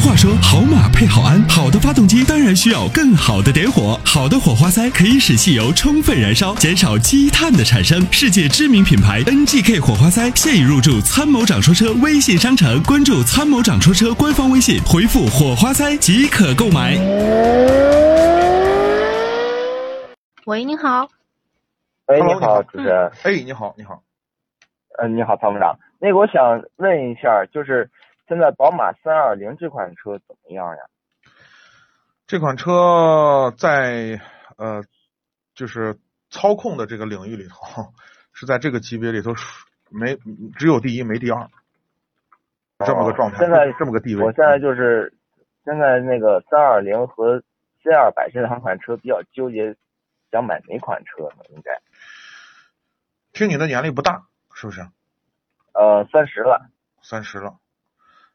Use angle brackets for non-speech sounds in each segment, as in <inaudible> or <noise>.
话说，好马配好鞍，好的发动机当然需要更好的点火。好的火花塞可以使汽油充分燃烧，减少积碳的产生。世界知名品牌 NGK 火花塞现已入驻参谋长说车微信商城，关注参谋长说车官方微信，回复“火花塞”即可购买。喂，你好。喂， Hello，哎你好，你好主持人。哎，你好，你好。嗯、你好，参谋长。那个，我想问一下，就是现在宝马三二零这款车怎么样呀？这款车在呃，就是操控的这个领域里头，是在这个级别里头属没只有第一没第二，这么个状态，哦现在这么个地位。嗯我现在就是现在那个三二零和 C 二百这两款车比较纠结，想买哪款车呢？应该听你的年龄不大，是不是？呃三十了，三十了。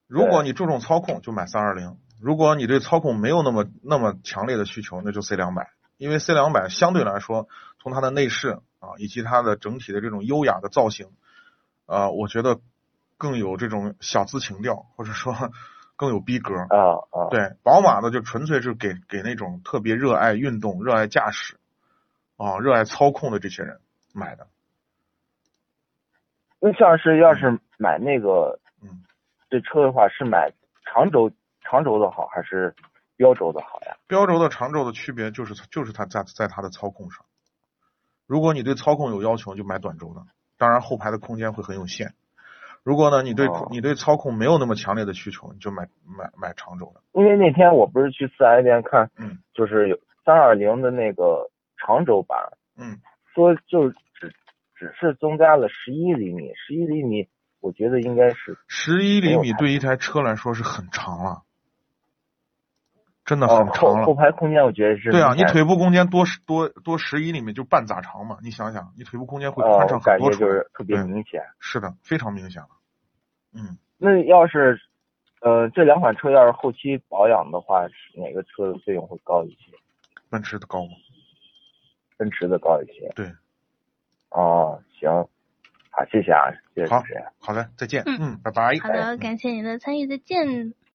如果你注重操控，就买三二零；如果你对操控没有那么那么强烈的需求，那就 C 两百。因为 C 两百相对来说，从它的内饰啊，以及它的整体的这种优雅的造型，啊，我觉得更有这种小资情调，或者说 <laughs> 更有逼格。啊啊，对，宝马的就纯粹是给给那种特别热爱运动、热爱驾驶啊、热爱操控的这些人买的。那像是要是买那个，嗯，这车的话是买长轴长轴的好还是标轴的好呀？标轴的长轴的区别就是就是它在在它的操控上。如果你对操控有要求，你就买短轴的，当然后排的空间会很有限。如果呢，你对、哦你对操控没有那么强烈的需求，你就买买买长轴的。因为那天我不是去四 S 店看，嗯就是有三二零的那个长轴版，嗯，说就是只只是增加了十一厘米，十一厘米，我觉得应该是十一厘没哦米有太对一台车来说是很长了，真的哦很后长了。后排空间，我觉得是对啊，明你显腿部空间多十多多十一厘米就半砸长嘛，你想想，你腿部空间会哦宽，我上很感多觉出就来。是特别对明显。是的，非常明显了。嗯，那要是呃这两款车要是后期保养的话，是哪个车的费用会高一些？奔驰的高吗？奔驰的高一些。对。哦，行，好，谢谢啊，谢谢好主持人。好嘞，再见。嗯嗯，拜拜。好的，感谢您的参与，再见。